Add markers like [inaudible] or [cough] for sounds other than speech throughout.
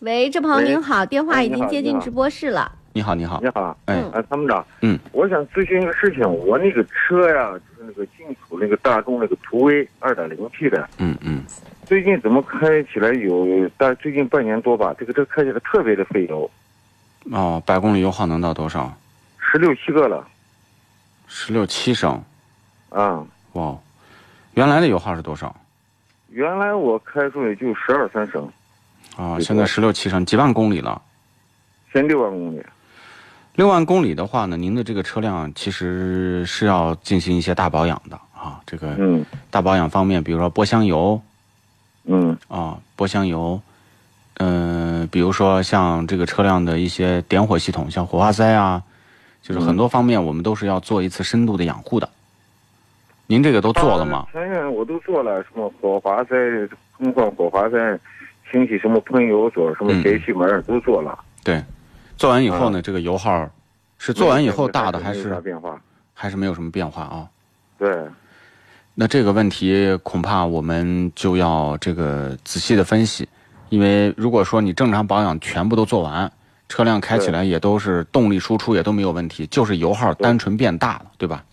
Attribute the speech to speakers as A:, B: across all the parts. A: 喂，郑鹏
B: 喂
A: 您好，电话
B: 哎
A: 已
B: 你
A: 经
B: 好
A: 接
B: 你
A: 进
B: 好
A: 直播室了。
C: 你好，你好
B: 你，好，
C: 哎
A: 嗯
B: 哎，参谋长，
C: 嗯，
B: 我想咨询一个事情，我那个车呀、就是那个进口那个大众那个途威二点零 T 的，
C: 嗯嗯，
B: 最近怎么开起来有大最近半年多吧，这个车开起来特别的费油，
C: 哦，百公里油耗能到多少？
B: 十六七个了，
C: 十六七升，
B: 啊，
C: 哇哦，原来的油耗是多少？
B: 原来我开出去就十二三升，
C: 啊、
B: 对
C: 现在
B: 多
C: 十六七升，几万公里了。
B: 先六万公里，
C: 六万公里的话呢，您的这个车辆其实是要进行一些大保养的啊。这个
B: 嗯
C: 大保养方面，比如说拨香油
B: 嗯
C: 啊，拨香油，嗯、比如说像这个车辆的一些点火系统，像火花塞啊，就是
B: 嗯
C: 很多方面我们都是要做一次深度的养护的。您这个都做了吗？
B: 啊前面我都做了，什么火花塞更换火花塞，清洗什么喷油嘴，什么
C: 嗯
B: 节气门儿都做了，
C: 对，做完以后
B: 嗯
C: 呢，这个油耗是做完以后大的还
B: 没有啥
C: 是
B: 变化？
C: 还是没有什么变化啊？
B: 对。
C: 那这个问题恐怕我们就要这个仔细的分析，因为如果说你正常保养全部都做完，车辆开起来也都是动力输出也都没有问题，就是油耗单纯变大了，对吧？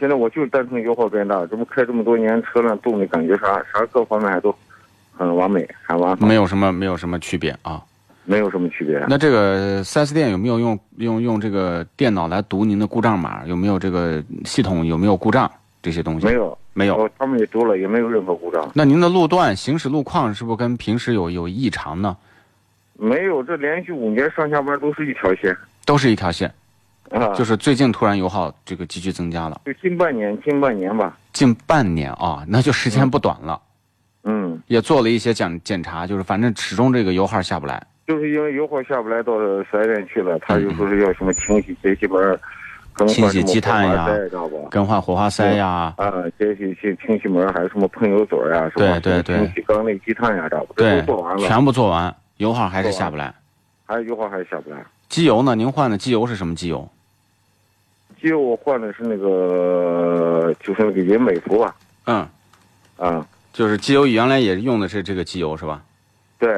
B: 现在我就是单纯油耗变大，这不开这么多年车辆，动力感觉啥啥各方面还都很完美，还完好，
C: 没有什么没有什么区别啊。
B: 没有什么区别。
C: 那这个 4S 店有没有用用用这个电脑来读您的故障码？有没有这个系统有没有故障这些东西？
B: 没，有，
C: 没有。
B: 哦，他们也读了，也没有任何故障，
C: 那您的路段行驶路况是不是跟平时有有异常呢？
B: 没有。这连续五年上下班都是一条线
C: 都是一条线，
B: 啊，
C: 就是是最近突然油耗这个急剧增加了。
B: 就近半年，近半年吧。
C: 近半年啊，那就时间不短了，
B: 嗯，
C: 也做了一些检检查，就是反正始终这个油耗下不来。
B: 就是因为油耗下不来，到四 S 店去了，他就说是要什么清洗节气门儿，更换
C: 嗯清洗
B: 什么
C: 积碳呀
B: 火花塞知道不？
C: 更换火花塞呀，
B: 啊，节气清清洗门儿，还有什么喷油嘴儿呀，什么
C: 对对对
B: 清洗缸内积碳呀，知道不？这
C: 对
B: 都做完，了，
C: 全部做完，油耗还是下不来。
B: 还有油耗还是下不来。
C: 机油呢？您换的机油是什么机油？
B: 机油我换的是那个，就是那个云美孚吧，
C: 嗯，
B: 啊，
C: 就是机油原来也用的是这个机油是吧？
B: 对，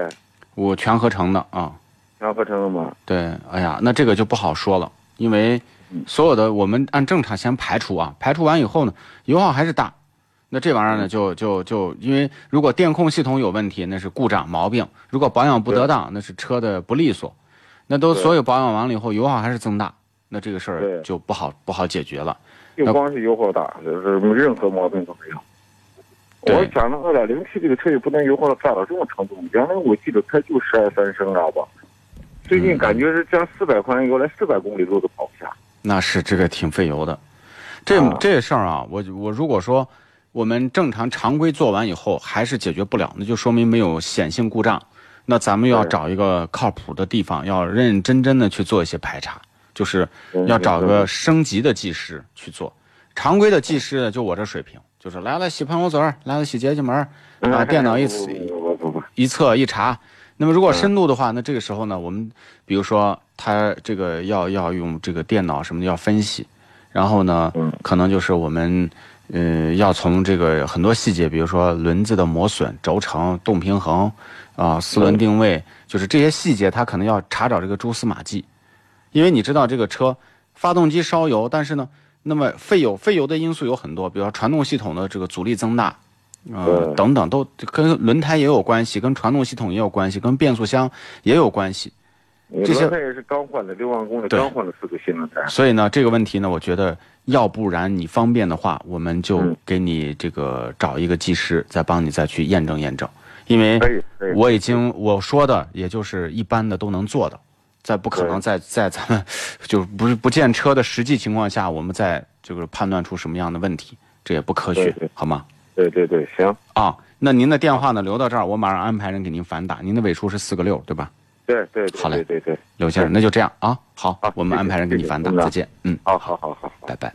C: 我全合成的啊。
B: 全合成的嘛，
C: 对，哎呀，那这个就不好说了，因为所有的我们按正常先排除啊，排除完以后呢，油耗还是大。那这玩意
B: 嗯
C: 儿呢，就就就因为如果电控系统有问题，那是故障毛病；如果保养不得当，那是车的不利索。那都
B: 对
C: 所有保养完了以后，油耗还是增大，那这个事儿
B: 对
C: 就不好不好解决了。
B: 就光是油耗大，就是任何毛病都没有。
C: 对
B: 我想了二点零 T 这个车也不能油耗大到这种程度，原来我记得开就十二三升，知道吧？最近感觉是加四百块钱油，连四百公里路都跑不下。
C: 那是这个挺费油的，这、
B: 啊
C: 这事儿啊，我我如果说我们正常常规做完以后还是解决不了，那就说明没有显性故障。那咱们要
B: 是
C: 找一个靠谱的地方，要认认真真的去做一些排查，就是
B: 嗯
C: 要找
B: 是
C: 个升级的技师去做。常规的技师呢，就我这水平，就是来了洗喷油嘴儿，来了洗节气门儿，啊，电
B: [laughs]
C: 脑一
B: 不
C: 次
B: 不嗯不不不，
C: 一测一查。那么如果深度的话，那这个时候呢，我们比如说它这个要要用这个电脑什么的要分析，然后呢
B: 嗯，
C: 可能就是我们呃要从这个很多细节，比如说轮子的磨损、轴承、动平衡啊、四轮定位，就是这些细节，它可能要查找这个蛛丝马迹，因为你知道这个车发动机烧油，但是呢，那么费油费油的因素有很多，比如说传动系统的这个阻力增大，呃
B: 对
C: 等等，都跟轮胎也有关系，跟传动系统也有关系，跟变速箱也有关系。
B: 你
C: 这些
B: 轮胎也是刚换的，六万公里
C: 对
B: 刚换了四个新轮胎。
C: 所以呢，这个问题呢，我觉得要不然你方便的话，我们就
B: 嗯
C: 给你这个找一个技师再帮你再去验证验证，因为
B: 可以可以
C: 我已经我说的也就是一般的都能做的，在不可能在在咱们就是不是不见车的实际情况下，我们再就是判断出什么样的问题，这也不科学
B: 对对，
C: 好吗？
B: 对对对，行，
C: 啊，那您的电话呢留到这儿，我马上安排人给您反打。您的尾数是四个六，对吧？
B: 对对
C: 好
B: 对
C: 嘞
B: 对对对，
C: 刘先生，那就这样啊。好
B: 好，
C: 我们
B: 谢谢
C: 安排人给你
B: 谢谢
C: 反打，
B: 嗯啊
C: 再见。嗯，
B: 好好好好好。
C: 拜拜。